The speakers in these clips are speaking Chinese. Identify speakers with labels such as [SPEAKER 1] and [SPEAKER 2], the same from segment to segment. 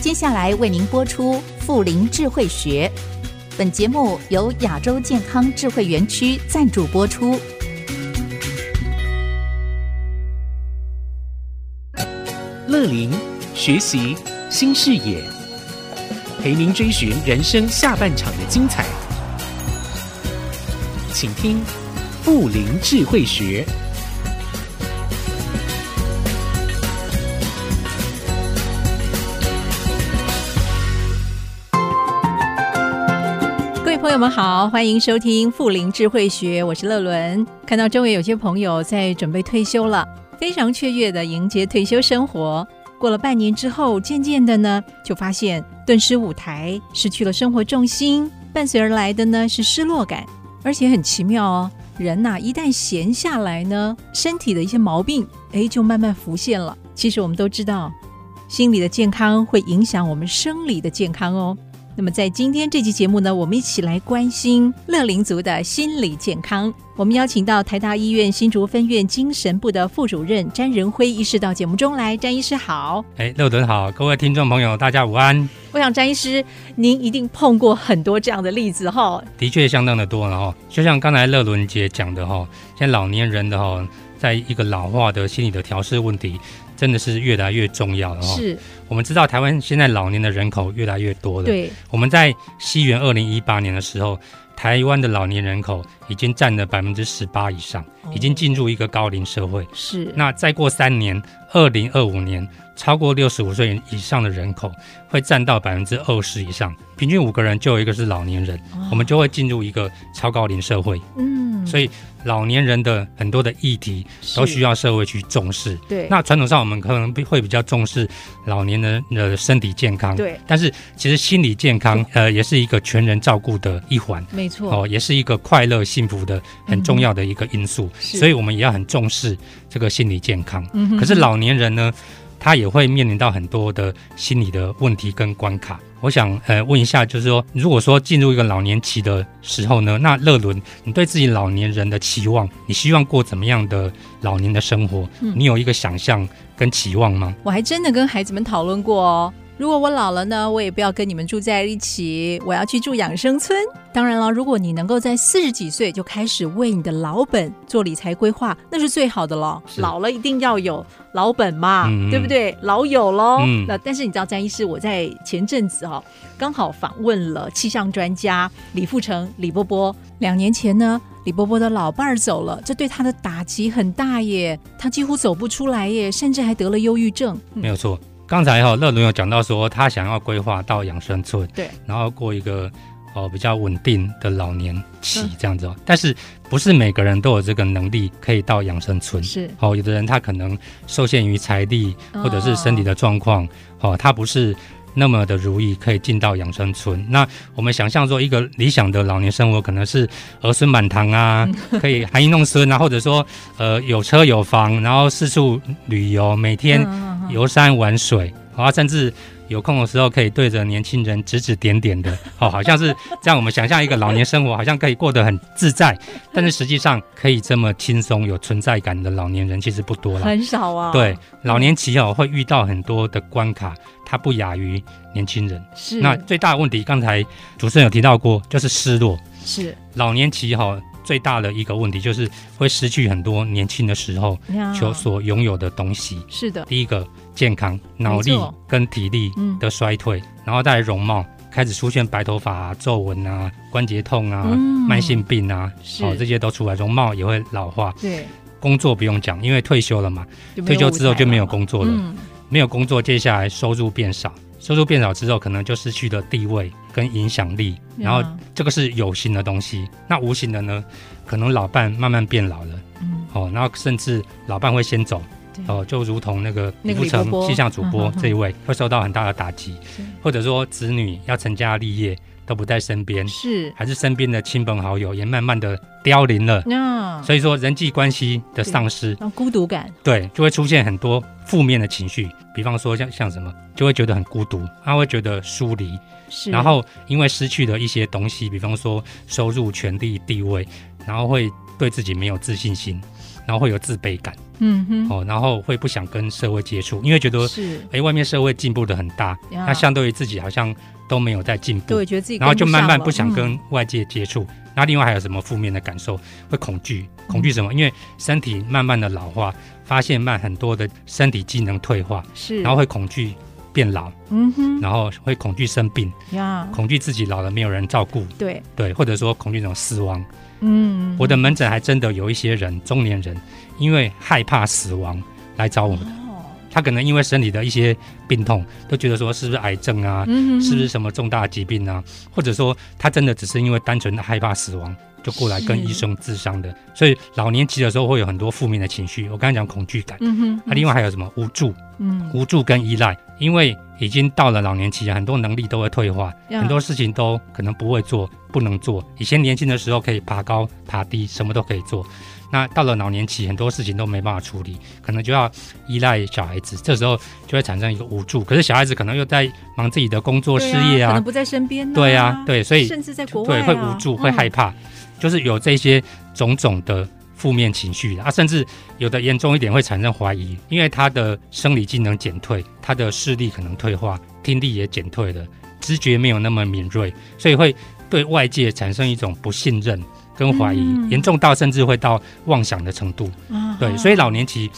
[SPEAKER 1] 接下来为您播出《富林智慧学》，本节目由亚洲健康智慧园区赞助播出。
[SPEAKER 2] 乐龄学习新视野，陪您追寻人生下半场的精彩。请听《富林智慧学》。
[SPEAKER 3] 各位朋友们好，欢迎收听《富林智慧学》，我是乐伦。看到周围有些朋友在准备退休了，非常雀跃的迎接退休生活。过了半年之后，渐渐的呢，就发现顿失舞台，失去了生活重心，伴随而来的呢是失落感，而且很奇妙哦。人呐、一旦闲下来呢，身体的一些毛病，哎，就慢慢浮现了。其实我们都知道，心理的健康会影响我们生理的健康哦。那么在今天这期节目呢，我们一起来关心乐龄族的心理健康。我们邀请到台大医院新竹分院精神部的副主任詹仁辉医师到节目中来。詹医师好，
[SPEAKER 4] 哎，乐德好，各位听众朋友，大家午安。
[SPEAKER 3] 我想詹医师您一定碰过很多这样的例子哈。
[SPEAKER 4] 的确相当的多了哈、就像刚才乐伦姐讲的哈、哦现在老年人的哈、哦在一个老化的心理的调试问题，真的是越来越重要了哈、哦
[SPEAKER 3] 是，
[SPEAKER 4] 我们知道台湾现在老年的人口越来越多了，，
[SPEAKER 3] 对，
[SPEAKER 4] 我们在西元二零一八年的时候，台湾的老年人口已经占了百分之十八以上，已
[SPEAKER 3] 哦
[SPEAKER 4] 经进入一个高龄社会。
[SPEAKER 3] 是
[SPEAKER 4] 那再过三年，二零二五年，超过六十五岁以上的人口会占到百分之二十以上，平均五个人就有一个是老年人，我们就会进入一个超高龄社会。
[SPEAKER 3] 哦嗯，
[SPEAKER 4] 所以，老年人的很多的议题都需
[SPEAKER 3] 要
[SPEAKER 4] 要社会去重视。
[SPEAKER 3] 对，
[SPEAKER 4] 那传统上我们可能会比较重视老年人的身体健康，
[SPEAKER 3] 对，
[SPEAKER 4] 但是其实心理健康，呃，也是一个全人照顾的一环。
[SPEAKER 3] 没错，
[SPEAKER 4] 哦，也是一个快乐、幸福的很重要的一个因素，
[SPEAKER 3] 嗯是
[SPEAKER 4] 所以我们也要很重视这个心理健康。
[SPEAKER 3] 嗯哼
[SPEAKER 4] 可是老年人呢，他也会面临到很多的心理的问题跟关卡。我想呃问一下，就是说，如果说进入一个老年期的时候呢，那乐伦，你对自己老年人的期望，你希望过怎么样的老年的生活？
[SPEAKER 3] 嗯
[SPEAKER 4] 你有一个想象跟期望吗？
[SPEAKER 3] 我还真的跟孩子们讨论过哦。如果我老了呢，我也不要跟你们住在一起，我要去住养生村。当然了，如果你能够在四十几岁就开始为你的老本做理财规划，那是最好的了。
[SPEAKER 4] 是
[SPEAKER 3] 老了一定要有老本嘛，
[SPEAKER 4] 嗯
[SPEAKER 3] 对不对？老友喽。
[SPEAKER 4] 嗯
[SPEAKER 3] 那但是你知道，詹医师，我在前阵子哦，刚好访问了气象专家李富成、李波波。两年前呢，李波波的老伴儿走了，这对他的打击很大耶，他几乎走不出来耶，甚至还得了忧郁症。嗯
[SPEAKER 4] 没有错。刚才哈、乐伦有讲到说，他想要规划到养生村，
[SPEAKER 3] 对，
[SPEAKER 4] 然后过一个哦比较稳定的老年期
[SPEAKER 3] 嗯
[SPEAKER 4] 这样子哦。但是不是每个人都有这个能力可以到养生村？
[SPEAKER 3] 是
[SPEAKER 4] 哦，有的人他可能受限于财力
[SPEAKER 3] 哦
[SPEAKER 4] 或者是身体的状况，哦，他不是那么的如意，可以进到养生村。那我们想象说，一个理想的老年生活可能是儿孙满堂啊， 可以含饴弄孙啊，或者说呃有车有房，然后四处旅游，每天
[SPEAKER 3] 嗯嗯嗯
[SPEAKER 4] 游山玩水，好、啊，甚至有空的时候可以对着年轻人指指点 点的，哦，好像是这样。我们想象一个老年生活，好像可以过得很自在，但是实际上可以这么轻松、有存在感的老年人其实不多了。
[SPEAKER 3] 很少啊。
[SPEAKER 4] 对，，老年期哦会遇到很多的关卡，它不亚于年轻人。
[SPEAKER 3] 是
[SPEAKER 4] 那最大的问题，刚才主持人有提到过，就是失落。
[SPEAKER 3] 是
[SPEAKER 4] 老年期哈、最大的一个问题就是会失去很多年轻的时候
[SPEAKER 3] 呀
[SPEAKER 4] 所所拥有的东西。
[SPEAKER 3] 是的，
[SPEAKER 4] 第一个健康，脑力跟体力
[SPEAKER 3] 嗯
[SPEAKER 4] 的衰退，然后再来容貌开始出现白头发、啊、皱纹啊、关节痛啊、
[SPEAKER 3] 嗯
[SPEAKER 4] 慢性病啊，
[SPEAKER 3] 是
[SPEAKER 4] 哦这些都出来，容貌也会老化。
[SPEAKER 3] 对，
[SPEAKER 4] 工作不用讲，因为退休了嘛，
[SPEAKER 3] 就没
[SPEAKER 4] 退
[SPEAKER 3] 有
[SPEAKER 4] 休之后就没有
[SPEAKER 3] 舞
[SPEAKER 4] 工
[SPEAKER 3] 台
[SPEAKER 4] 作
[SPEAKER 3] 了
[SPEAKER 4] 了，
[SPEAKER 3] 嘛。嗯，
[SPEAKER 4] 没有工作，接下来收入变少，收入变少之后，可能就失去了地位跟影响力，
[SPEAKER 3] 嗯
[SPEAKER 4] 然后
[SPEAKER 3] 呀
[SPEAKER 4] 这个是有形的东西，那无形的呢，可能老伴慢慢变老了，
[SPEAKER 3] 嗯
[SPEAKER 4] 哦，然后甚至老伴会先走
[SPEAKER 3] 对，
[SPEAKER 4] 哦，就如同那个
[SPEAKER 3] 那
[SPEAKER 4] 李
[SPEAKER 3] 个
[SPEAKER 4] 富
[SPEAKER 3] 李伯
[SPEAKER 4] 成
[SPEAKER 3] 伯
[SPEAKER 4] 气象主播
[SPEAKER 3] 嗯嗯嗯
[SPEAKER 4] 这一位，会受到很大的打击
[SPEAKER 3] 是，
[SPEAKER 4] 或者说子女要成家立业都不在身边，
[SPEAKER 3] 是
[SPEAKER 4] 还是身边的亲朋好友也慢慢的凋零了，
[SPEAKER 3] 那
[SPEAKER 4] 所以说人际关系的丧失，
[SPEAKER 3] 然后孤独感
[SPEAKER 4] 对，就会出现很多负面的情绪，比方说像像什么，就会觉得很孤独，他会觉得疏离，
[SPEAKER 3] 是，
[SPEAKER 4] 然后因为失去了一些东西，比方说收入、权力、地位，然后会对自己没有自信心，然后会有自卑感，
[SPEAKER 3] 嗯哼，
[SPEAKER 4] 哦，然后会不想跟社会接触，因为觉得
[SPEAKER 3] 是，
[SPEAKER 4] 诶，外面社会进步的很大，
[SPEAKER 3] 呀
[SPEAKER 4] 那相对于自己好像都没有在进步
[SPEAKER 3] 对，，觉得自己
[SPEAKER 4] 然后就
[SPEAKER 3] 跟上
[SPEAKER 4] 慢慢
[SPEAKER 3] 了
[SPEAKER 4] 不想
[SPEAKER 3] 嗯
[SPEAKER 4] 跟外界接触。那另外还有什么负面的感受？会恐惧，
[SPEAKER 3] 嗯
[SPEAKER 4] 恐惧什么？因为身体慢慢的老化，发现慢很多的身体机能退化，
[SPEAKER 3] 是，
[SPEAKER 4] 然后会恐惧变老，
[SPEAKER 3] 嗯哼
[SPEAKER 4] 然后会恐惧生病，
[SPEAKER 3] 呀，
[SPEAKER 4] 恐惧自己老了没有人照顾，
[SPEAKER 3] 对，
[SPEAKER 4] 对，或者说恐惧那种死亡。
[SPEAKER 3] 嗯，
[SPEAKER 4] 我的门诊还真的有一些人，中年人因为害怕死亡来找我们，
[SPEAKER 3] 哦，
[SPEAKER 4] 他可能因为身体的一些病痛，都觉得说是不是癌症啊，
[SPEAKER 3] 嗯哼
[SPEAKER 4] 是不是
[SPEAKER 3] 哼
[SPEAKER 4] 什么重大疾病啊？或者说他真的只是因为单纯的害怕死亡，就过来跟
[SPEAKER 3] 是
[SPEAKER 4] 医生咨商的。所以老年期的时候会有很多负面的情绪，我刚才讲恐惧感，啊
[SPEAKER 3] 嗯哼，
[SPEAKER 4] 那、另外还有什么无助、
[SPEAKER 3] 嗯
[SPEAKER 4] 无助跟依赖，因为已经到了老年期，很多能力都会退化，
[SPEAKER 3] 呀
[SPEAKER 4] 很多事情都可能不会做、不能做。以前年轻的时候可以爬高、爬低，什么都可以做。那到了老年期，很多事情都没办法处理，可能就要依赖小孩子，这时候就会产生一个无助。可是小孩子可能又在忙自己的工作、事
[SPEAKER 3] 对啊
[SPEAKER 4] 业
[SPEAKER 3] 可
[SPEAKER 4] 啊
[SPEAKER 3] 能，不在身边呐，
[SPEAKER 4] 对啊对所以
[SPEAKER 3] 甚至在国外
[SPEAKER 4] 对，
[SPEAKER 3] 啊
[SPEAKER 4] 会无助、会
[SPEAKER 3] 嗯
[SPEAKER 4] 害怕，就是有这些种种的负面情绪啊，甚至有的严重一点会产生怀疑，因为他的生理机能减退，他的视力可能退化，听力也减退了，知觉没有那么敏锐，所以会对外界产生一种不信任跟怀疑，
[SPEAKER 3] 嗯
[SPEAKER 4] 严重到甚至会到妄想的程度。
[SPEAKER 3] 啊
[SPEAKER 4] 对，所以老年期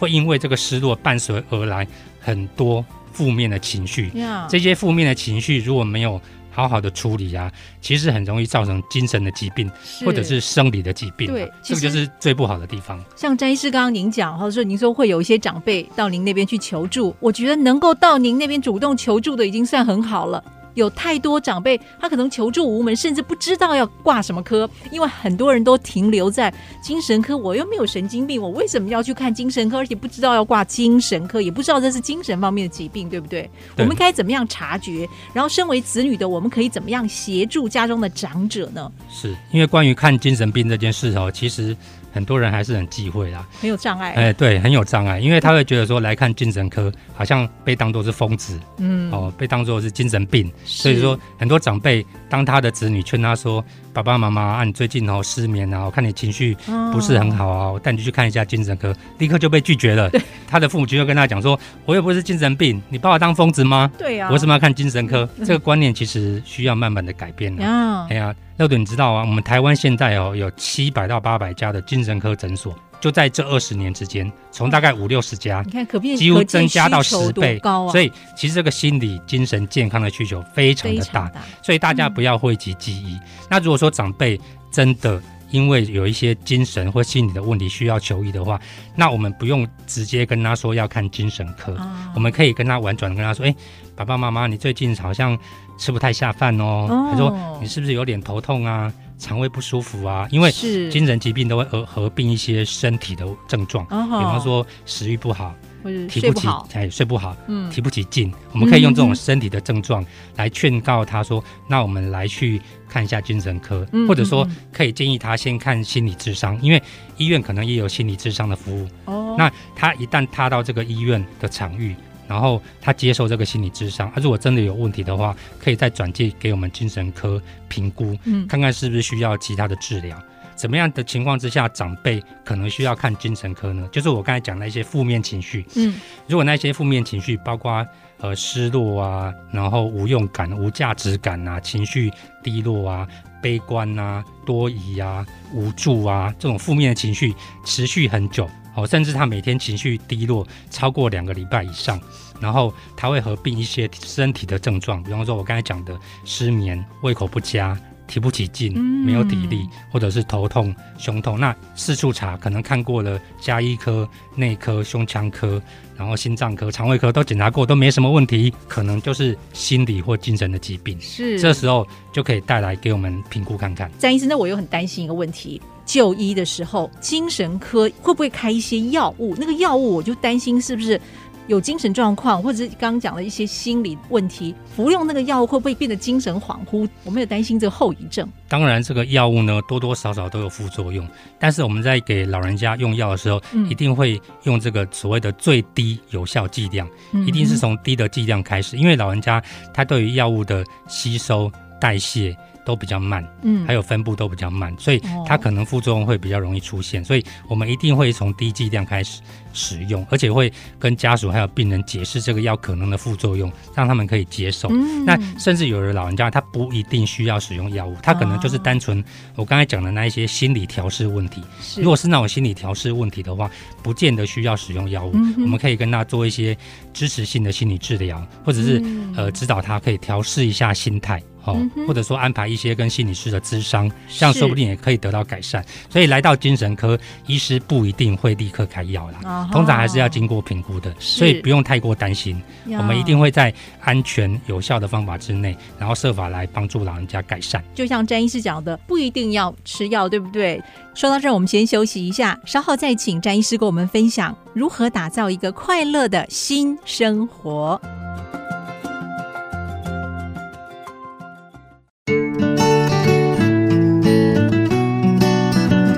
[SPEAKER 4] 会因为这个失落伴随而来很多负面的情绪，
[SPEAKER 3] 呀，
[SPEAKER 4] 这些负面的情绪如果没有好好的处理啊，其实很容易造成精神的疾病或者是生理的疾病、啊。
[SPEAKER 3] 对其
[SPEAKER 4] 这
[SPEAKER 3] 实
[SPEAKER 4] 个就是最不好的地方。
[SPEAKER 3] 像詹医师刚刚您讲，或者说您说会有一些长辈到您那边去求助，我觉得能够到您那边主动求助的已经算很好了。有太多长辈，他可能求助无门，甚至不知道要挂什么科，因为很多人都停留在精神科。我又没有神经病，我为什么要去看精神科？而且不知道要挂精神科，也不知道这是精神方面的疾病，对不对？
[SPEAKER 4] 对
[SPEAKER 3] 我们该怎么样察觉？然后，身为子女的我们可以怎么样协助家中的长者呢？
[SPEAKER 4] 是因为关于看精神病这件事哦，其实很多人还是很忌讳啦。
[SPEAKER 3] 没有障碍，
[SPEAKER 4] 哎、对，很有障碍，因为他会觉得说来看精神科好像被当做是疯子、
[SPEAKER 3] 嗯，
[SPEAKER 4] 哦，被当做是精神病。
[SPEAKER 3] 所
[SPEAKER 4] 所以说，很多长辈当他的子女劝他说：“爸爸妈妈啊，你最近哦失眠啊，我看你情绪不是很好啊，
[SPEAKER 3] 哦
[SPEAKER 4] 我带你去看一下精神科，立刻就被拒绝 了。他的父母亲就跟他讲说：“我又不是精神病，你把我当疯子吗？
[SPEAKER 3] 对啊，
[SPEAKER 4] 我为什么要看精神科？”
[SPEAKER 3] 嗯
[SPEAKER 4] 这个观念其实需要慢慢的改变了。
[SPEAKER 3] 呀
[SPEAKER 4] 哎呀，乐队，你知道啊，我们台湾现在哦有七百到八百家的精神科诊所，就在这二十年之间，从大概五六十家
[SPEAKER 3] 你看可变
[SPEAKER 4] 几乎增加到
[SPEAKER 3] 可嗯见需
[SPEAKER 4] 十
[SPEAKER 3] 求多
[SPEAKER 4] 倍
[SPEAKER 3] 高啊，
[SPEAKER 4] 所以其实这个心理精神健康的需求非常
[SPEAKER 3] 非
[SPEAKER 4] 的
[SPEAKER 3] 常
[SPEAKER 4] 大，
[SPEAKER 3] 大，啊
[SPEAKER 4] 所以大家不要讳疾忌医。那如果说长辈真的因为有一些精神或心理的问题需要求医的话，那我们不用直接跟他说要看精神科，
[SPEAKER 3] 啊
[SPEAKER 4] 我们可以跟他婉转地跟他说：“哎、爸爸妈妈，你最近好像吃不太下饭哦。
[SPEAKER 3] 哦
[SPEAKER 4] 他说：“你是不是有点头痛啊？肠胃不舒服啊？”因为
[SPEAKER 3] 是
[SPEAKER 4] 精神疾病都会合合并一些身体的症状，
[SPEAKER 3] 哦
[SPEAKER 4] 比方说食欲不好、
[SPEAKER 3] 或者
[SPEAKER 4] 提
[SPEAKER 3] 睡
[SPEAKER 4] 不
[SPEAKER 3] 不
[SPEAKER 4] 起
[SPEAKER 3] 好，
[SPEAKER 4] 哎睡不好，
[SPEAKER 3] 嗯，
[SPEAKER 4] 提不起劲，我们可以用
[SPEAKER 3] 嗯
[SPEAKER 4] 这种身体的症状来劝告他说：“那我们来去看一下精神科，
[SPEAKER 3] 嗯
[SPEAKER 4] 或者说
[SPEAKER 3] 嗯
[SPEAKER 4] 可以建议他先看心理智商，因为医院可能也有心理智商的服务。
[SPEAKER 3] 哦
[SPEAKER 4] 那他一旦踏到这个医院的场域，然后他接受这个心理智商，啊，如果真的有问题的话，可以再转介给我们精神科评估，
[SPEAKER 3] 嗯
[SPEAKER 4] 看看是不是需要其他的治疗。”怎么样的情况之下，长辈可能需要看精神科呢？就是我刚才讲的一些负面情绪，
[SPEAKER 3] 嗯
[SPEAKER 4] 如果那些负面情绪，包括呃失落啊，然后无用感、无价值感啊，情绪低落啊、悲观啊、多疑啊、无助啊，这种负面的情绪持续很久，哦，甚至他每天情绪低落超过两个礼拜以上，然后他会合并一些身体的症状，比方说我刚才讲的失眠、胃口不佳。提不起劲，
[SPEAKER 3] 嗯
[SPEAKER 4] 没有体力，或者是头痛、胸痛。那四处查，可能看过了加医科、内科、胸腔科，然后心脏科、肠胃科都检查过，都没什么问题，可能就是心理或精神的疾病。
[SPEAKER 3] 是
[SPEAKER 4] 这时候就可以带来给我们评估看看。
[SPEAKER 3] 詹医生，那我又很担心一个问题。就医的时候，精神科会不会开一些药物？那个药物我就担心是不是有精神状况，或者是刚刚讲的一些心理问题，服用那个药物会不会变得精神恍惚？我们有担心这个后遗症。
[SPEAKER 4] 当然，这个药物呢多多少少都有副作用，但是我们在给老人家用药的时候，
[SPEAKER 3] 嗯
[SPEAKER 4] 一定会用这个所谓的最低有效
[SPEAKER 3] 嗯
[SPEAKER 4] 剂量，一定是从低的剂量开始，因为老人家他对于药物的吸收代谢都比较慢，
[SPEAKER 3] 嗯，
[SPEAKER 4] 还
[SPEAKER 3] 有
[SPEAKER 4] 有分布都比较慢，所以它可能副作用会比较容易出现。所以我们一定会从低剂量开始使用，而且会跟家属还有病人解释这个药可能的副作用，让他们可以接受。
[SPEAKER 3] 嗯
[SPEAKER 4] 那甚至有的老人家他不一定需要使用药物，他可能就是
[SPEAKER 3] 哦
[SPEAKER 4] 单纯我刚才讲的那一些心理调试问题。
[SPEAKER 3] 是
[SPEAKER 4] 如果是那种心理调试问题的话，不见得需要使用药物，
[SPEAKER 3] 嗯哼
[SPEAKER 4] 我们可以跟他做一些支持性的心理治疗，或者是、
[SPEAKER 3] 嗯
[SPEAKER 4] 呃指导他可以调试一下心态。哦
[SPEAKER 3] 嗯哼，
[SPEAKER 4] 或者说安排一些跟心理师的咨商，这样
[SPEAKER 3] 是
[SPEAKER 4] 说不定也可以得到改善。所以来到精神科，医师不一定会立刻开药啦，
[SPEAKER 3] 啊哈
[SPEAKER 4] 通常还是要经过评估的，
[SPEAKER 3] 是
[SPEAKER 4] 所以不用太过担心。
[SPEAKER 3] 呀
[SPEAKER 4] 我们一定会在安全有效的方法之内，然后设法来帮助老人家改善。
[SPEAKER 3] 就像詹医师讲的，不一定要吃药，对不对？说到这儿，我们先休息一下，稍后再请詹医师跟我们分享如何打造一个快乐的新生活。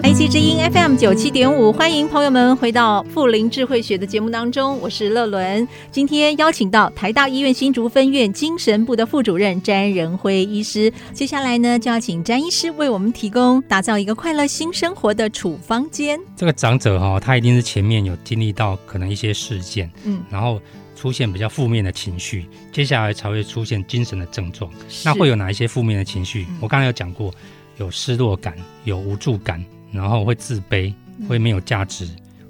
[SPEAKER 3] IC 之音 FM 九七点五，欢迎朋友们回到富林智慧学的节目当中，我是乐伦。今天邀请到台大医院新竹分院精神部的副主任詹仁辉医师，接下来呢就要请詹医师为我们提供打造一个快乐新生活的处方间。
[SPEAKER 4] 这个长者哈、他一定是前面有经历到可能一些事件，
[SPEAKER 3] 嗯，
[SPEAKER 4] 然后出现比较负面的情绪，接下来才会出现精神的症状。那
[SPEAKER 3] 是
[SPEAKER 4] 会有哪一些负面的情绪？
[SPEAKER 3] 嗯
[SPEAKER 4] 我刚才有讲过，有失落感，有无助感，然后会自卑，
[SPEAKER 3] 嗯
[SPEAKER 4] 会没有价值，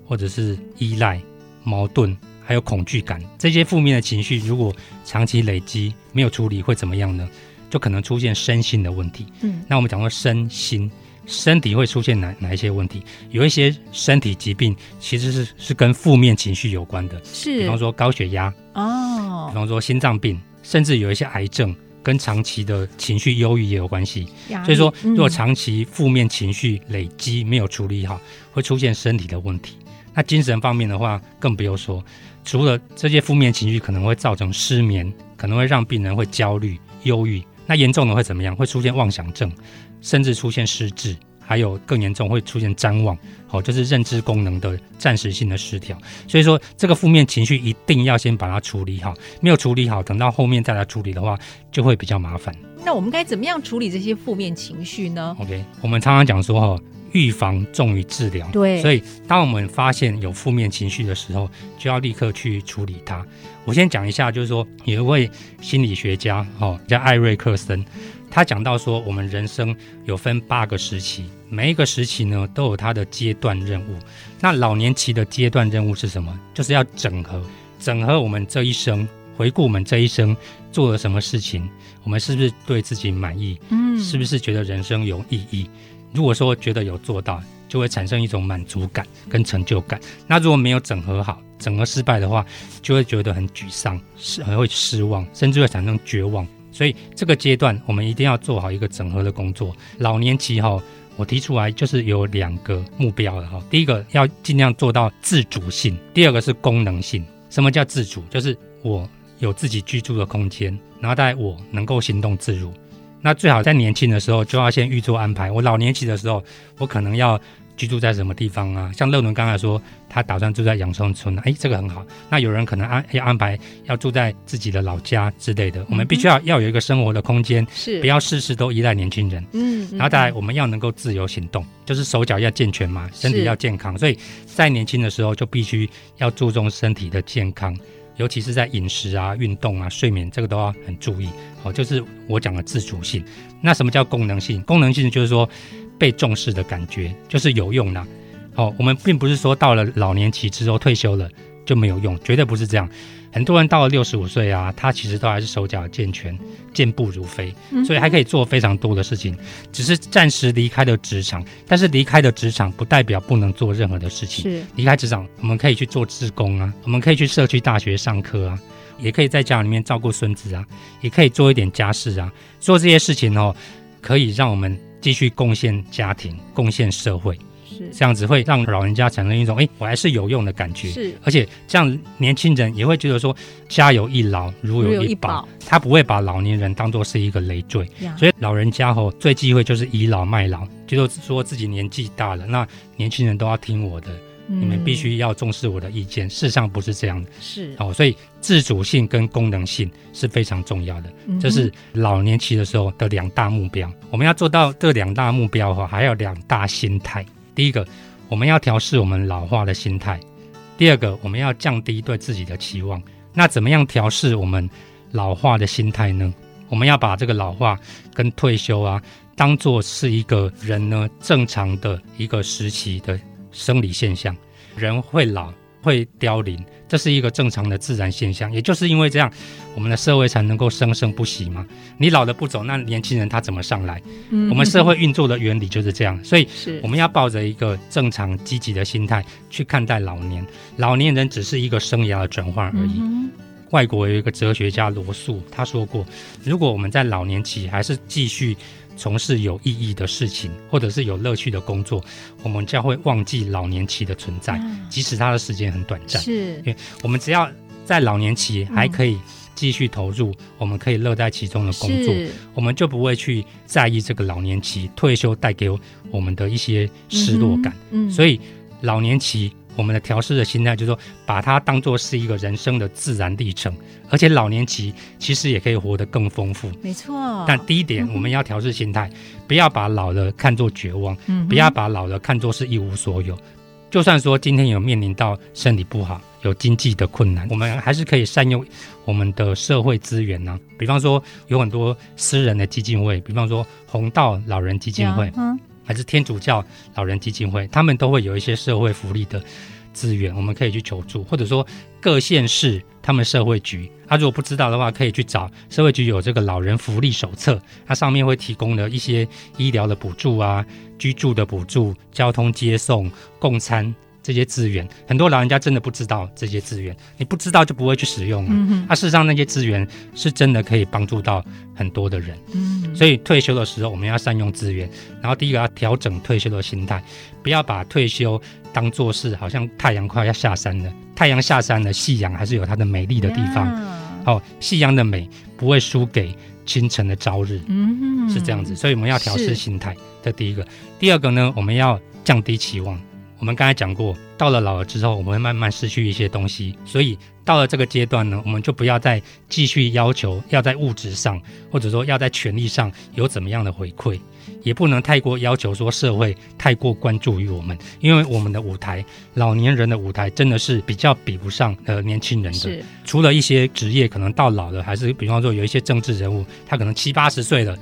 [SPEAKER 4] 或者是依赖、矛盾，还有恐惧感。这些负面的情绪如果长期累积没有处理，会怎么样呢？就可能出现身心的问题。
[SPEAKER 3] 嗯
[SPEAKER 4] 那我们讲过身心，身体会出现哪哪一些问题？有一些身体疾病其实是是跟负面情绪有关的，比
[SPEAKER 3] 是
[SPEAKER 4] 方说高血压，比
[SPEAKER 3] 哦
[SPEAKER 4] 方说心脏病，甚至有一些癌症跟长期的情绪忧郁也有关系。
[SPEAKER 3] 压力
[SPEAKER 4] 所以说，如
[SPEAKER 3] 嗯
[SPEAKER 4] 果长期负面情绪累积没有处理好，会出现身体的问题。那精神方面的话，更不用说，除了这些负面情绪可能会造成失眠，可能会让病人会焦虑、忧郁。那严重的会怎么样？会出现妄想症，甚至出现失智，还有更严重会出现谵妄，哦，就是认知功能的暂时性的失调。所以说，这个负面情绪一定要先把它处理好，没有处理好，等到后面再来处理的话，就会比较麻烦。
[SPEAKER 3] 那我们该怎么样处理这些负面情绪呢？
[SPEAKER 4] OK，我们常常讲说哈、预防重于治疗。
[SPEAKER 3] 对
[SPEAKER 4] 所以当我们发现有负面情绪的时候，就要立刻去处理它。我先讲一下，就是说有一位心理学家哦，叫艾瑞克森，他讲到说，我们人生有分八个时期，每一个时期呢都有它的阶段任务。那老年期的阶段任务是什么？就是要整合，整合我们这一生，回顾我们这一生做了什么事情，我们是不是对自己满意？
[SPEAKER 3] 嗯
[SPEAKER 4] 是不是觉得人生有意义？如果说觉得有做到，就会产生一种满足感跟成就感。那如果没有整合好，整合失败的话，就会觉得很沮丧，失很会失望，甚至会产生绝望。所以这个阶段，我们一定要做好一个整合的工作。老年期哈、我提出来就是有两个目标了哈、第一个要尽量做到自主性，第二个是功能性。什么叫自主？就是我有自己居住的空间，然后在我能够行动自如。那最好在年轻的时候就要先预做安排。我老年期的时候，我可能要居住在什么地方啊？像乐伦刚才说，他打算住在养生村，哎，这个很好。那有人可能安要安排要住在自己的老家之类的。我们必须要要有一个生活的空间，
[SPEAKER 3] 嗯是
[SPEAKER 4] 不要事事都依赖年轻人。
[SPEAKER 3] 嗯，嗯
[SPEAKER 4] 然后再来，
[SPEAKER 3] 嗯
[SPEAKER 4] 我们要能够自由行动，就是手脚要健全嘛，身体要健康。所以在年轻的时候就必须要注重身体的健康，尤其是在饮食啊、运动啊、睡眠这个都要很注意。哦，就是我讲的自主性。那什么叫功能性？功能性就是说被重视的感觉，就是有用啦。哦，我们并不是说到了老年期之后退休了就没有用，绝对不是这样。很多人到了六十五岁啊，他其实都还是手脚健全、健步如飞，所以还可以做非常多的事情。只是暂时离开了职场，但是离开了职场不代表不能做任何的事情。
[SPEAKER 3] 是
[SPEAKER 4] 离开职场，我们可以去做志工啊，我们可以去社区大学上课啊，也可以在家里面照顾孙子啊，也可以做一点家事啊。做这些事情哦，可以让我们继续贡献家庭、贡献社会，
[SPEAKER 3] 是
[SPEAKER 4] 这样子会让老人家产生一种诶，我还是有用的感觉。
[SPEAKER 3] 是
[SPEAKER 4] 而且这样年轻人也会觉得说，家有一老，如
[SPEAKER 3] 如有
[SPEAKER 4] 有
[SPEAKER 3] 一
[SPEAKER 4] 一
[SPEAKER 3] 宝
[SPEAKER 4] 宝，他不会把老年人当做是一个累赘。
[SPEAKER 3] 呀
[SPEAKER 4] 所以老人家吼、最忌讳就是倚老卖老，就是说自己年纪大了，那年轻人都要听我的，
[SPEAKER 3] 你
[SPEAKER 4] 你们必须要重视我的意见。事实上不是这样的，
[SPEAKER 3] 是，
[SPEAKER 4] 哦，所以自主性跟功能性是非常重要的，
[SPEAKER 3] 嗯哼
[SPEAKER 4] 这是老年期的时候的两大目标。我们要做到这两大目标哈，还有两大心态。第一个，我们要调试我们老化的心态；第二个，我们要降低对自己的期望。那怎么样调试我们老化的心态呢？我们要把这个老化跟退休啊，当做是一个人呢正常的一个时期的生理现象。人会老，会凋零，这是一个正常的自然现象。也就是因为这样，我们的社会才能够生生不息嘛。你老了不走，那年轻人他怎么上来？
[SPEAKER 3] 嗯
[SPEAKER 4] 我们社会运作的原理就是这样，所以
[SPEAKER 3] 是
[SPEAKER 4] 我们要抱着一个正常积极的心态去看待老年。老年人只是一个生涯的转换而已。
[SPEAKER 3] 嗯
[SPEAKER 4] 外国有一个哲学家罗素，他说过，如果我们在老年期还是继续从事有意义的事情，或者是有乐趣的工作，我们将会忘记老年期的存在，
[SPEAKER 3] 哼
[SPEAKER 4] 即使它的时间很短暂。
[SPEAKER 3] 是
[SPEAKER 4] 我们只要在老年期还
[SPEAKER 3] 嗯
[SPEAKER 4] 可以继续投入，我们可以乐在其中的工作，
[SPEAKER 3] 是
[SPEAKER 4] 我们就不会去在意这个老年期退休带给我们的一些失落感。，
[SPEAKER 3] 嗯哼，
[SPEAKER 4] 所
[SPEAKER 3] 以
[SPEAKER 4] 以老年期我们的调试的心态，就是说把它当做是一个人生的自然历程，而且老年期其实也可以活得更丰富。
[SPEAKER 3] 没错，
[SPEAKER 4] 但第一点
[SPEAKER 3] 嗯，哼
[SPEAKER 4] 我们要调试心态，不要把老了看作绝望，
[SPEAKER 3] 嗯嗯哼
[SPEAKER 4] 不要把老了看作是一无所有。就算说今天有面临到身体不好，有经济的困难，我们还是可以善用我们的社会资源呢、比方说，有很多私人的基金会，比方说红道老人基金会，
[SPEAKER 3] 嗯哼
[SPEAKER 4] 还是天主教老人基金会，他们都会有一些社会福利的资源，我们可以去求助，或者说各县市他们社会局，他、如果不知道的话，可以去找社会局有这个老人福利手册，它上面会提供了一些医疗的补助啊、居住的补助、交通接送、供餐这些资源，很多老人家真的不知道这些资源，你不知道就不会去使用啊。
[SPEAKER 3] 嗯哼
[SPEAKER 4] 它、事实上那些资源是真的可以帮助到很多的人。
[SPEAKER 3] 嗯，
[SPEAKER 4] 所以退休的时候，我们要善用资源，然后第一个要调整退休的心态，不要把退休当做是好像太阳快要下山了，太阳下山了，夕阳还是有它的美丽的地方。
[SPEAKER 3] 呀
[SPEAKER 4] 哦，夕阳的美不会输给清晨的朝日，
[SPEAKER 3] 嗯哼
[SPEAKER 4] 是这样子。，所以我们要调
[SPEAKER 3] 是
[SPEAKER 4] 试心态，这第一个。第二个呢，我们要降低期望。我们刚才讲过，到了老了之后，我们会慢慢失去一些东西，所以到了这个阶段呢，我们就不要再继续要求要在物质上，或者说要在权利上有怎么样的回馈，也不能太过要求说社会太过关注于我们，因为我们的舞台，老年人的舞台真的是比较比不上呃年轻人的。
[SPEAKER 3] 是
[SPEAKER 4] 除了一些职业可能到老了，还是比方说有一些政治人物，他可能七八十岁了，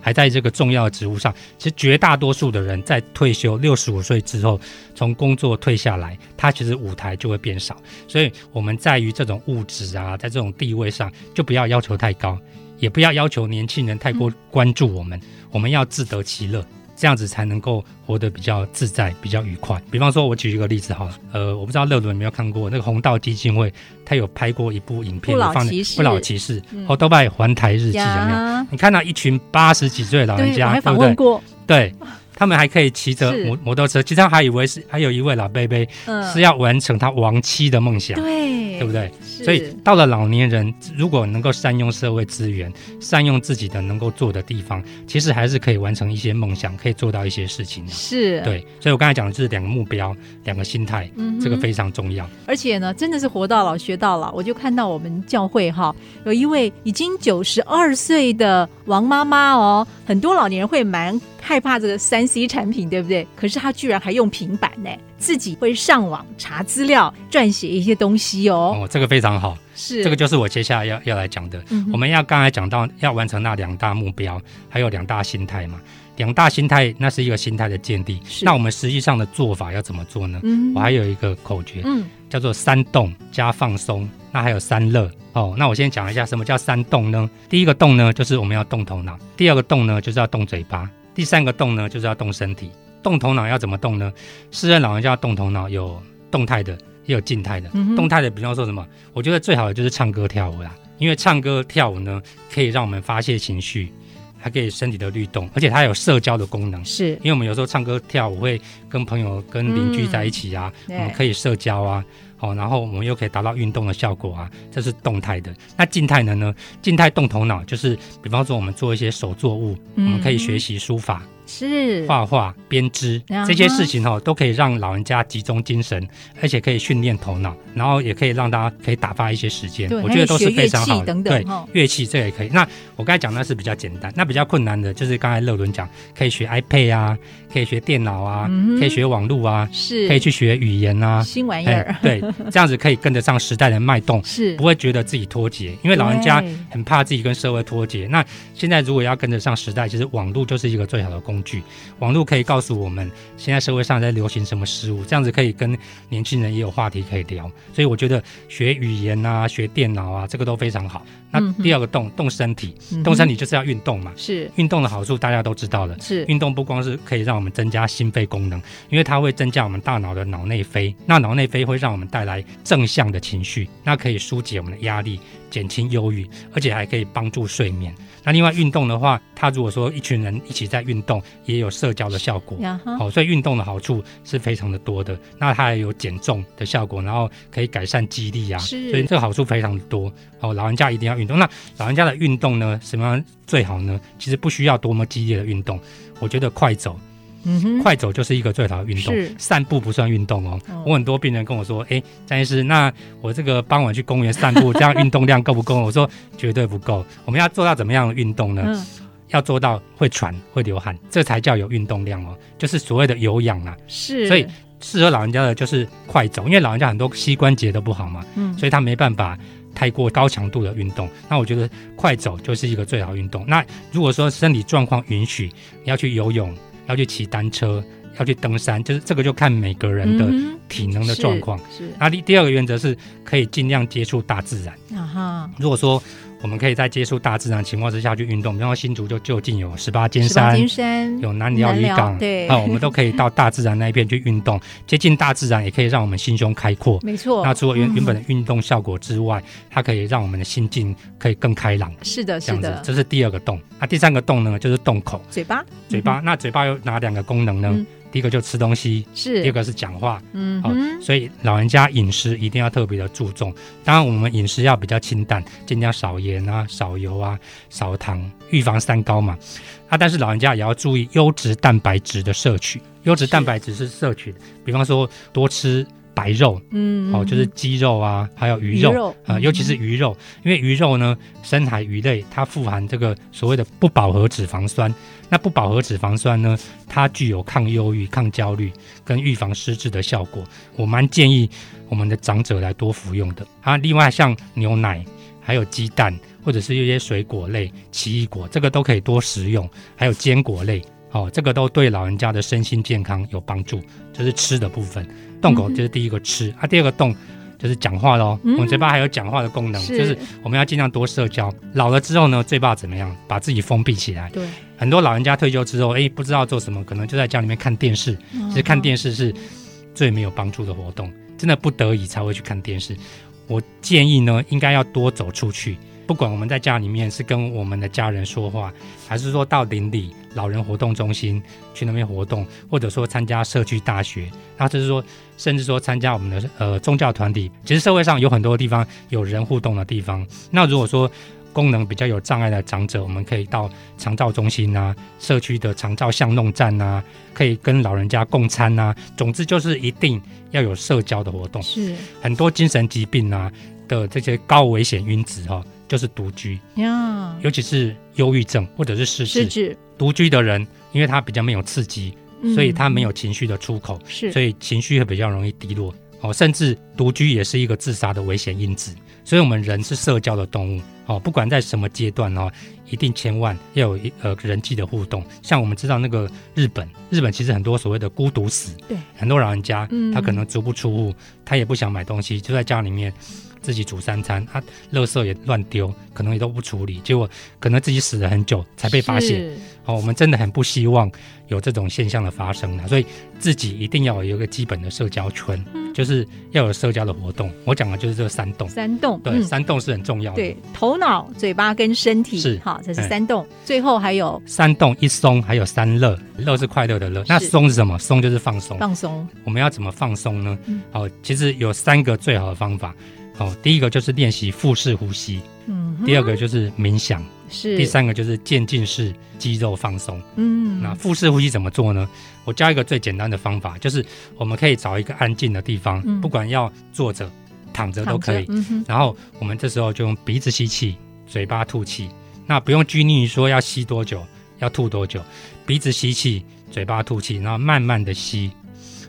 [SPEAKER 4] 还在这个重要的职务上。其实绝大多数的人在退休六十五岁之后，从工作退下来，他其实舞台就会变少。所以我们在于这种物质啊，在这种地位上，就不要要求太高，也不要要求年轻人太
[SPEAKER 3] 嗯
[SPEAKER 4] 过关注我们，我们要自得其乐。这样子才能够活得比较自在、比较愉快。比方说，我举一个例子好了，呃，我不知道乐伦有没有看过那个红道基金会，他有拍过一部影
[SPEAKER 3] 不
[SPEAKER 4] 片，
[SPEAKER 3] 老
[SPEAKER 4] 有放
[SPEAKER 3] 骑士
[SPEAKER 4] 不老骑士
[SPEAKER 3] 嗯》
[SPEAKER 4] 哦，都拜环台日记有没有？
[SPEAKER 3] 呀
[SPEAKER 4] 你看到一群八十几岁的老人
[SPEAKER 3] 对，我
[SPEAKER 4] 家，
[SPEAKER 3] 还
[SPEAKER 4] 对
[SPEAKER 3] 访
[SPEAKER 4] 不
[SPEAKER 3] 问
[SPEAKER 4] 对？
[SPEAKER 3] 过，
[SPEAKER 4] 对，他们还可以骑着
[SPEAKER 3] 是
[SPEAKER 4] 摩摩托车，其实他还以为是还有一位老贝贝
[SPEAKER 3] 嗯，
[SPEAKER 4] 是要完成他亡妻的梦想，
[SPEAKER 3] 对，
[SPEAKER 4] 对不？对？
[SPEAKER 3] 是
[SPEAKER 4] 所以到了老年人，如果能够善用社会资源，善用自己的能够做的地方，其实还是可以完成一些梦想，可以做到一些事情的。
[SPEAKER 3] 是，
[SPEAKER 4] 对，所以我刚才讲的就是两个目标，两个心态，
[SPEAKER 3] 嗯哼
[SPEAKER 4] 这个非常重要。
[SPEAKER 3] 而且呢，真的是活到老学到老。我就看到我们教会哈，有一位已经九十二岁的王妈妈哦，很多老年人会蛮害怕这个三 C 产品，对不对？可是她居然还用平板呢，自己会上网查资料、撰写一些东西哦。
[SPEAKER 4] 哦，这个非常好，
[SPEAKER 3] 是
[SPEAKER 4] 这个就是我接下来要要来讲的。
[SPEAKER 3] 嗯哼
[SPEAKER 4] 我们要刚才讲到要完成那两大目标，还有两大心态嘛。两大心态那是一个心态的建立，
[SPEAKER 3] 是
[SPEAKER 4] 那我们实际上的做法要怎么做呢？
[SPEAKER 3] 嗯
[SPEAKER 4] 我还有一个口诀，
[SPEAKER 3] 嗯
[SPEAKER 4] 叫做三动加放松，那还有三乐哦。那我先讲一下什么叫三动呢？第一个动呢，就是我们要动头脑；第二个动呢，就是要动嘴巴；第三个动呢，就是要动身体。动头脑要怎么动呢？诗人老人家要动头脑有动态的，也有静态的。
[SPEAKER 3] 嗯哼
[SPEAKER 4] 动态的，比方说什么？我觉得最好的就是唱歌跳舞啦，因为唱歌跳舞呢，可以让我们发泄情绪，还可以身体的律动，而且它有社交的功能。
[SPEAKER 3] 是
[SPEAKER 4] 因为我们有时候唱歌跳舞会跟朋友、跟邻居在一起啊，
[SPEAKER 3] 嗯
[SPEAKER 4] 我们可以社交啊，好、然后我们又可以达到运动的效果啊，这是动态的。那静态的呢？静态动头脑就是，比方说我们做一些手作物，
[SPEAKER 3] 嗯
[SPEAKER 4] 我们可以学习书法，
[SPEAKER 3] 是
[SPEAKER 4] 画画、编织
[SPEAKER 3] 啊哈
[SPEAKER 4] 这些事情哦，都可以让老人家集中精神，而且可以训练头脑，然后也可以让大家可以打发一些时间
[SPEAKER 3] 对，
[SPEAKER 4] 我觉得都是非常
[SPEAKER 3] 还有学乐器
[SPEAKER 4] 好的。
[SPEAKER 3] 等等哦
[SPEAKER 4] 对
[SPEAKER 3] 哈，
[SPEAKER 4] 乐器这也可以。那我刚才讲那是比较简单，那比较困难的就是刚才乐伦讲，可以学 iPad 啊，可以学电脑啊，
[SPEAKER 3] 嗯哼
[SPEAKER 4] 可以学网络啊，
[SPEAKER 3] 是
[SPEAKER 4] 可以去学语言啊，
[SPEAKER 3] 新玩意儿，
[SPEAKER 4] 对，这样子可以跟得上时代的脉动，
[SPEAKER 3] 是
[SPEAKER 4] 不会觉得自己脱节，因为老人家
[SPEAKER 3] 对
[SPEAKER 4] 很怕自己跟社会脱节。那现在如果要跟得上时代，其实网络就是一个最好的工具。网络可以告诉我们现在社会上在流行什么事物，这样子可以跟年轻人也有话题可以聊。所以我觉得学语言啊、学电脑啊，这个都非常好。那
[SPEAKER 3] 嗯哼
[SPEAKER 4] 第二个动动身体，
[SPEAKER 3] 嗯哼
[SPEAKER 4] 动身体就是要运动嘛。
[SPEAKER 3] 是
[SPEAKER 4] 运动的好处大家都知道了，
[SPEAKER 3] 是
[SPEAKER 4] 运动不光是可以让我们增加心肺功能，因为它会增加我们大脑的脑内啡。那脑内啡会让我们带来正向的情绪，那可以疏解我们的压力，减轻忧郁，而且还可以帮助睡眠。那另外运动的话，它如果说一群人一起在运动，也有社交的效果。
[SPEAKER 3] 呀哈，
[SPEAKER 4] 好、所以运动的好处是非常的多的。那它也有减重的效果，然后可以改善肌力啊，所
[SPEAKER 3] 是
[SPEAKER 4] 以这个好处非常多。哦，老人家一定要运动。那老人家的运动呢，什么样最好呢？其实不需要多么激烈的运动，我觉得快走，
[SPEAKER 3] 嗯哼，
[SPEAKER 4] 快走就是一个最好的运动
[SPEAKER 3] 是。
[SPEAKER 4] 散步不算运动哦。
[SPEAKER 3] 哦
[SPEAKER 4] 我很多病人跟我说，哎，张医师，那我这个傍晚去公园散步，这样运动量够不够？我说绝对不够。我们要做到怎么样的运动呢？
[SPEAKER 3] 嗯
[SPEAKER 4] 要做到会喘、会流汗，这才叫有运动量哦，就是所谓的有氧啊。
[SPEAKER 3] 是，
[SPEAKER 4] 所以适合老人家的就是快走，因为老人家很多膝关节都不好嘛，
[SPEAKER 3] 嗯
[SPEAKER 4] 所以他没办法太过高强度的运动。那我觉得快走就是一个最好运动。那如果说身体状况允许，你要去游泳，要去骑单车，要去登山，就是这个就看每个人的
[SPEAKER 3] 嗯
[SPEAKER 4] 体能
[SPEAKER 3] 哼
[SPEAKER 4] 的
[SPEAKER 3] 是
[SPEAKER 4] 状况。
[SPEAKER 3] 是
[SPEAKER 4] 那第第二个原则是可以尽量接触大自然。
[SPEAKER 3] 啊哈，
[SPEAKER 4] 如果说我们可以在接触大自然的情况之下去运动，比方说新竹就就近有十八尖
[SPEAKER 3] 十八
[SPEAKER 4] 山
[SPEAKER 3] 尖，山
[SPEAKER 4] 有南寮渔港，
[SPEAKER 3] 南寮对
[SPEAKER 4] 啊，我们都可以到大自然那一边去运动，接近大自然也可以让我们心胸开阔。
[SPEAKER 3] 没错，
[SPEAKER 4] 那除了原原本的
[SPEAKER 3] 嗯
[SPEAKER 4] 运动效果之外，它可以让我们的心境可以更开朗，
[SPEAKER 3] 是的，
[SPEAKER 4] 这
[SPEAKER 3] 是
[SPEAKER 4] 样子
[SPEAKER 3] 的，，
[SPEAKER 4] 这是第二个动。那第三个动呢，就是动口，
[SPEAKER 3] 嘴巴
[SPEAKER 4] 嘴巴。那嘴巴有哪两个功能呢
[SPEAKER 3] 嗯？
[SPEAKER 4] 第一个就吃东西，
[SPEAKER 3] 是
[SPEAKER 4] 第二个是讲话。
[SPEAKER 3] 嗯
[SPEAKER 4] 好
[SPEAKER 3] 哼，
[SPEAKER 4] 所以老人家饮食一定要特别的注重。当然，我们饮食要比较清淡，尽量少盐啊、少油啊、少糖，预防三高嘛。啊，但是老人家也要注意优质蛋白质的摄取。优质蛋白质是摄取的，比方说多吃白肉，
[SPEAKER 3] 嗯
[SPEAKER 4] 哦，就是
[SPEAKER 3] 嗯
[SPEAKER 4] 鸡肉啊，还有鱼肉。啊、
[SPEAKER 3] 嗯
[SPEAKER 4] 尤其是鱼肉，因为鱼肉呢，深海鱼类它富含这个所谓的不饱和脂肪酸。那不饱和脂肪酸呢，它具有抗忧郁、抗焦虑跟预防失智的效果。我蛮建议我们的长者来多服用的。啊，另外像牛奶、还有鸡蛋，或者是一些水果类、奇异果，这个都可以多食用，还有坚果类。哦，这个都对老人家的身心健康有帮助，这、是吃的部分。动口就是第一个吃，啊，第二个动就是讲话喽。
[SPEAKER 3] 嗯
[SPEAKER 4] 我们嘴巴还有讲话的功能，
[SPEAKER 3] 是
[SPEAKER 4] 就是我们要尽量多社交。老了之后呢，最怕怎么样？把自己封闭起来。
[SPEAKER 3] 对，
[SPEAKER 4] 很多老人家退休之后，哎，不知道做什么，可能就在家里面看电视。其实看电视是最没有帮助的活动，真的不得已才会去看电视。我建议呢，应该要多走出去，不管我们在家里面是跟我们的家人说话，还是说到邻里老人活动中心去那边活动，或者说参加社区大学，那就是说，甚至说参加我们的呃宗教团体。其实社会上有很多地方有人互动的地方。那如果说功能比较有障碍的长者，我们可以到长照中心啊、社区的长照巷弄站啊，可以跟老人家共餐啊。总之就是一定要有社交的活动。
[SPEAKER 3] 是
[SPEAKER 4] 很多精神疾病啊的这些高危险因子哦，就是独居，
[SPEAKER 3] 呀，
[SPEAKER 4] 尤其是忧郁症或者是失
[SPEAKER 3] 是
[SPEAKER 4] 智。
[SPEAKER 3] 指，
[SPEAKER 4] 独居的人，因为他比较没有刺激，
[SPEAKER 3] 嗯
[SPEAKER 4] 所以他没有情绪的出口，
[SPEAKER 3] 是
[SPEAKER 4] 所以情绪会比较容易低落。哦，甚至独居也是一个自杀的危险因子。所以，我们人是社交的动物哦，不管在什么阶段哦，一定千万要有一呃人际的互动。像我们知道那个日本，日本其实很多所谓的孤独死，
[SPEAKER 3] 对，
[SPEAKER 4] 很多老人家
[SPEAKER 3] 嗯
[SPEAKER 4] 他可能足不出户，他也不想买东西，就在家里面自己煮三餐，他、啊、垃圾也乱丢，可能也都不处理，结果可能自己死了很久才被发现。
[SPEAKER 3] 是
[SPEAKER 4] 哦，我们真的很不希望有这种现象的发生啊，所以自己一定要有一个基本的社交圈，
[SPEAKER 3] 嗯
[SPEAKER 4] 就是要有社交的活动。我讲的就是这三动，
[SPEAKER 3] 三动，
[SPEAKER 4] 对，
[SPEAKER 3] 嗯
[SPEAKER 4] 三动是很重要的。
[SPEAKER 3] 对，头脑、嘴巴跟身体，
[SPEAKER 4] 是
[SPEAKER 3] 好，这是
[SPEAKER 4] 哎
[SPEAKER 3] 三动，最后还有
[SPEAKER 4] 三动一松，还有三乐，乐是快乐的乐，那
[SPEAKER 3] 是
[SPEAKER 4] 松是什么？松就是放松。
[SPEAKER 3] 放松，
[SPEAKER 4] 我们要怎么放松呢
[SPEAKER 3] 嗯？
[SPEAKER 4] 好、其实有三个最好的方法。好、第一个就是练习腹式呼吸。
[SPEAKER 3] 嗯，
[SPEAKER 4] 第二个就是冥想，
[SPEAKER 3] 是
[SPEAKER 4] 第，三个就是渐进式肌肉放松。
[SPEAKER 3] 嗯
[SPEAKER 4] 那腹式呼吸怎么做呢？我教一个最简单的方法，就是我们可以找一个安静的地方，
[SPEAKER 3] 嗯
[SPEAKER 4] 不管要坐着、躺着都可以。
[SPEAKER 3] 躺着嗯哼，
[SPEAKER 4] 然后我们这时候就用鼻子吸气，嘴巴吐气。那不用拘泥于说要吸多久，要吐多久，鼻子吸气，嘴巴吐气，然后慢慢的吸，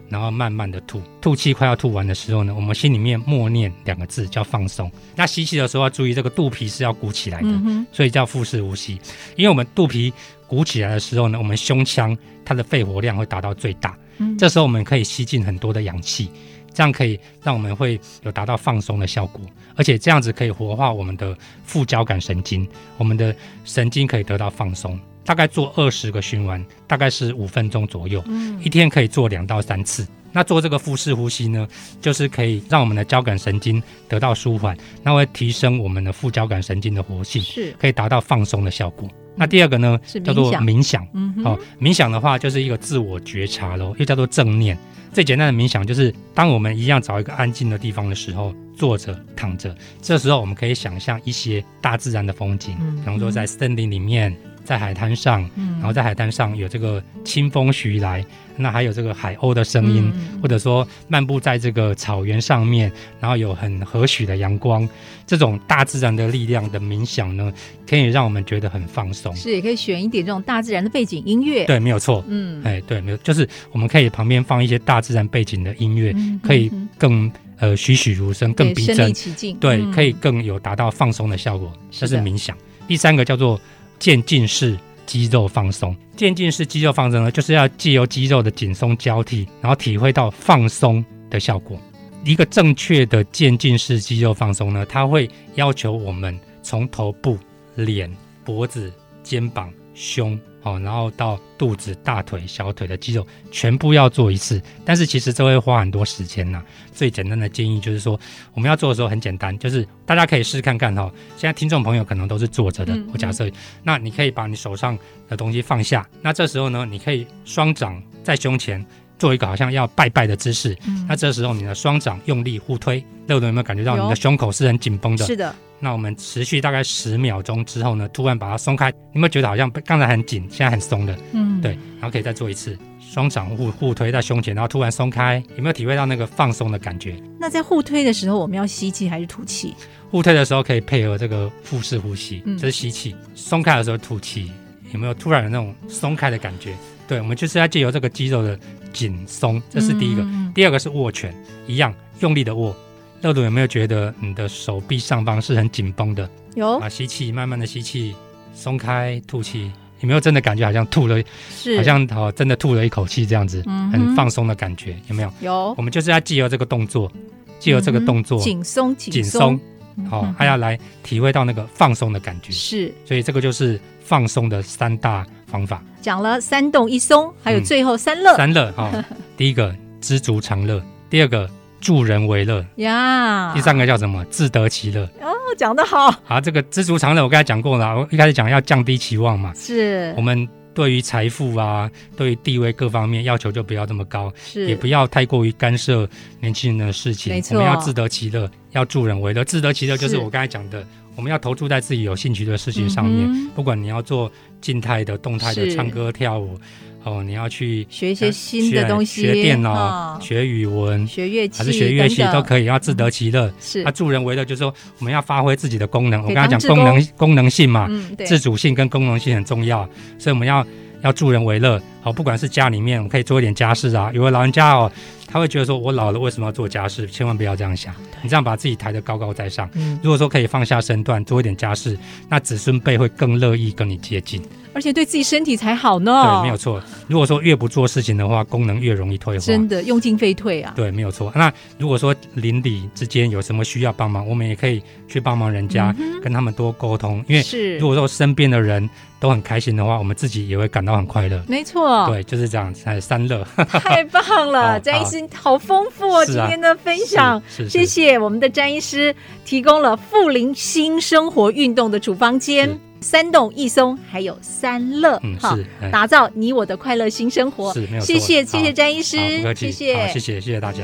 [SPEAKER 4] 然后慢慢的吐。吐气快要吐完的时候呢，我们心里面默念两个字叫放松。那吸气的时候要注意这个肚皮是要鼓起来的，
[SPEAKER 3] 嗯哼，
[SPEAKER 4] 所以叫腹式呼吸。因为我们肚皮鼓起来的时候呢，我们胸腔它的肺活量会达到最大，
[SPEAKER 3] 嗯
[SPEAKER 4] 这时候我们可以吸进很多的氧气，这样可以让我们会有达到放松的效果，而且这样子可以活化我们的副交感神经，我们的神经可以得到放松。大概做二十个循环，大概是五分钟左右，
[SPEAKER 3] 嗯
[SPEAKER 4] 一天可以做两到三次。那做这个腹式呼吸呢，就是可以让我们的交感神经得到舒缓，那会提升我们的副交感神经的活性。
[SPEAKER 3] 是，
[SPEAKER 4] 可以达到放松的效果。那第二个呢
[SPEAKER 3] 是，
[SPEAKER 4] 叫做
[SPEAKER 3] 冥
[SPEAKER 4] 冥想。
[SPEAKER 3] 嗯哼，
[SPEAKER 4] 哦，冥想的话就是一个自我觉察咯，又叫做正念。最简单的冥想就是，当我们一样找一个安静的地方的时候，坐着、躺着，这时候我们可以想象一些大自然的风景，
[SPEAKER 3] 嗯
[SPEAKER 4] 比方说在森林里面，在海滩上，
[SPEAKER 3] 嗯，
[SPEAKER 4] 然后在海滩上有这个清风徐来，那还有这个海鸥的声音，
[SPEAKER 3] 嗯
[SPEAKER 4] 或者说漫步在这个草原上面，然后有很和煦的阳光，这种大自然的力量的冥想呢，可以让我们觉得很放松。
[SPEAKER 3] 是也可以选一点这种大自然的背景音乐，，
[SPEAKER 4] 对，没有错。
[SPEAKER 3] 嗯，
[SPEAKER 4] 哎，对，没有，就是我们可以旁边放一些大自然背景的音乐，
[SPEAKER 3] 嗯，
[SPEAKER 4] 可以
[SPEAKER 3] 嗯
[SPEAKER 4] 更呃栩栩如生，更
[SPEAKER 3] 对
[SPEAKER 4] 逼
[SPEAKER 3] 身
[SPEAKER 4] 真
[SPEAKER 3] 临，其境，
[SPEAKER 4] 对，
[SPEAKER 3] 嗯
[SPEAKER 4] 可以更有达到放松的效果。
[SPEAKER 3] 是
[SPEAKER 4] 这是
[SPEAKER 3] 的
[SPEAKER 4] 冥想。第三个叫做渐进式肌肉放松。渐进式肌肉放松呢，就是要借由肌肉的紧松交替，然后体会到放松的效果。一个正确的渐进式肌肉放松呢，它会要求我们从头部、脸、脖子、肩膀、胸，哦，然后到肚子、大腿、小腿的肌肉全部要做一次。但是其实这会花很多时间呐、最简单的建议就是说，我们要做的时候很简单，就是大家可以试看看哈、哦。现在听众朋友可能都是坐着的，
[SPEAKER 3] 嗯
[SPEAKER 4] 我假设，那你可以把你手上的东西放下。那这时候呢，你可以双掌在胸前做一个好像要拜拜的姿势。
[SPEAKER 3] 嗯
[SPEAKER 4] 那这时候你的双掌用力互推，乐伦有没有感觉到
[SPEAKER 3] 有
[SPEAKER 4] 你的胸口是很紧绷的？
[SPEAKER 3] 是的，
[SPEAKER 4] 那我们持续大概十秒钟之后呢，突然把它松开，你有没有觉得好像被刚才很紧，现在很松了？
[SPEAKER 3] 嗯，
[SPEAKER 4] 对，，然后可以再做一次，双掌互互推在胸前，然后突然松开，有没有体会到那个放松的感觉？
[SPEAKER 3] 那在互推的时候，我们要吸气还是吐气？
[SPEAKER 4] 互推的时候可以配合这个腹式呼吸，
[SPEAKER 3] 嗯
[SPEAKER 4] 这是吸气；松开的时候吐气，有没有突然有那种松开的感觉？对，我们就是要借由这个肌肉的紧松，这是第一个。
[SPEAKER 3] 嗯
[SPEAKER 4] 第二个是握拳，一样用力的握。乐鲁有没有觉得你的手臂上方是很紧绷的？
[SPEAKER 3] 有
[SPEAKER 4] 啊，吸气，慢慢的吸气，松开，吐气。有没有真的感觉好像吐了，
[SPEAKER 3] 是
[SPEAKER 4] 好像哦真的吐了一口气这样子，
[SPEAKER 3] 嗯哼
[SPEAKER 4] 很放松的感觉？有没有？
[SPEAKER 3] 有
[SPEAKER 4] 我们就是要借由这个动作，借由这个动作
[SPEAKER 3] 嗯哼紧松
[SPEAKER 4] 紧
[SPEAKER 3] 紧
[SPEAKER 4] 松，，
[SPEAKER 3] 嗯
[SPEAKER 4] 好
[SPEAKER 3] 哼，
[SPEAKER 4] 还要来体会到那个放松的感觉。
[SPEAKER 3] 是
[SPEAKER 4] 所以这个就是放松的三大 方法。
[SPEAKER 3] 讲了三动一松，还有
[SPEAKER 4] 嗯
[SPEAKER 3] 最后三乐
[SPEAKER 4] 三乐哈，第一个知足常乐，第二个助人为乐，
[SPEAKER 3] 呀，
[SPEAKER 4] 第三个叫什么？自得其乐。
[SPEAKER 3] 哦讲得好，
[SPEAKER 4] 好，这个知足常乐我刚才讲过了，我一开始讲要降低期望嘛，
[SPEAKER 3] 是
[SPEAKER 4] 我们。对于财富啊，对于地位各方面要求就不要这么高，
[SPEAKER 3] 是
[SPEAKER 4] 也不要太过于干涉年轻人的事情
[SPEAKER 3] 没。错
[SPEAKER 4] 我们要自得其乐，要助人为乐。自得其乐就是
[SPEAKER 3] 是
[SPEAKER 4] 我刚才讲的，我们要投注在自己有兴趣的事情上面。
[SPEAKER 3] 嗯哼
[SPEAKER 4] 不管你要做静态的、动态的，
[SPEAKER 3] 是
[SPEAKER 4] 唱歌、跳舞，哦，你要去
[SPEAKER 3] 学一些新的
[SPEAKER 4] 学
[SPEAKER 3] 东西，
[SPEAKER 4] 学电脑、
[SPEAKER 3] 啊
[SPEAKER 4] 学语文，
[SPEAKER 3] 学乐器
[SPEAKER 4] 还是学乐器
[SPEAKER 3] 等
[SPEAKER 4] 都
[SPEAKER 3] 等
[SPEAKER 4] 可以，要自
[SPEAKER 3] 嗯
[SPEAKER 4] 得其乐。
[SPEAKER 3] 是
[SPEAKER 4] 啊，助人为乐就是说，我们要发挥自己的功能。我
[SPEAKER 3] 对
[SPEAKER 4] 刚才
[SPEAKER 3] 当
[SPEAKER 4] 讲
[SPEAKER 3] 志
[SPEAKER 4] 功能功能性嘛，
[SPEAKER 3] 嗯对
[SPEAKER 4] 自主性跟功能性很重要，所以我们要要助人为乐。好，不管是家里面，我们可以做一点家事啊。有的老人家哦，他会觉得说，我老了为什么要做家事？千万不要这样想，你这样把自己抬得高高在上。
[SPEAKER 3] 嗯，
[SPEAKER 4] 如果说可以放下身段，做一点家事，那子孙辈会更乐意跟你接近。
[SPEAKER 3] 而且对自己身体才好呢，
[SPEAKER 4] 对，没有错。如果说越不做事情的话，功能越容易退化。
[SPEAKER 3] 真的用进废退啊，
[SPEAKER 4] 对，没有错。那如果说邻里之间有什么需要帮忙，我们也可以去帮忙人家，
[SPEAKER 3] 嗯
[SPEAKER 4] 跟他们多沟通。因为
[SPEAKER 3] 是
[SPEAKER 4] 如果说身边的人都很开心的话，我们自己也会感到很快乐。
[SPEAKER 3] 没错，
[SPEAKER 4] 对，就是这样，哎，三乐。
[SPEAKER 3] 太棒了，
[SPEAKER 4] 好
[SPEAKER 3] 詹医师好丰富哦，
[SPEAKER 4] 是
[SPEAKER 3] 今
[SPEAKER 4] 啊
[SPEAKER 3] 天的分享。
[SPEAKER 4] 是是
[SPEAKER 3] 谢谢我们的詹医师提供了富林新生活运动的处方间
[SPEAKER 4] 是，
[SPEAKER 3] 三动一松，还有三乐，
[SPEAKER 4] 嗯，
[SPEAKER 3] 哈
[SPEAKER 4] 是，哎
[SPEAKER 3] 打造你我的快乐新生活。
[SPEAKER 4] 是没有错。
[SPEAKER 3] 谢谢，谢
[SPEAKER 4] 好
[SPEAKER 3] 谢，詹医师
[SPEAKER 4] 好不客，
[SPEAKER 3] 谢
[SPEAKER 4] 气，
[SPEAKER 3] 谢
[SPEAKER 4] 好，谢谢，谢谢大家。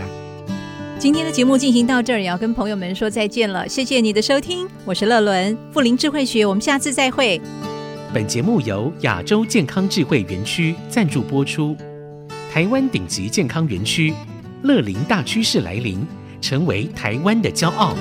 [SPEAKER 3] 今天的节目进行到这儿，也要跟朋友们说再见了。谢谢你的收听，我是乐伦，富林智慧学，我们下次再会。
[SPEAKER 2] 本节目由亚洲健康智慧园区赞助播出。台湾顶级健康园区，乐龄大趋势来临，成为台湾的骄傲。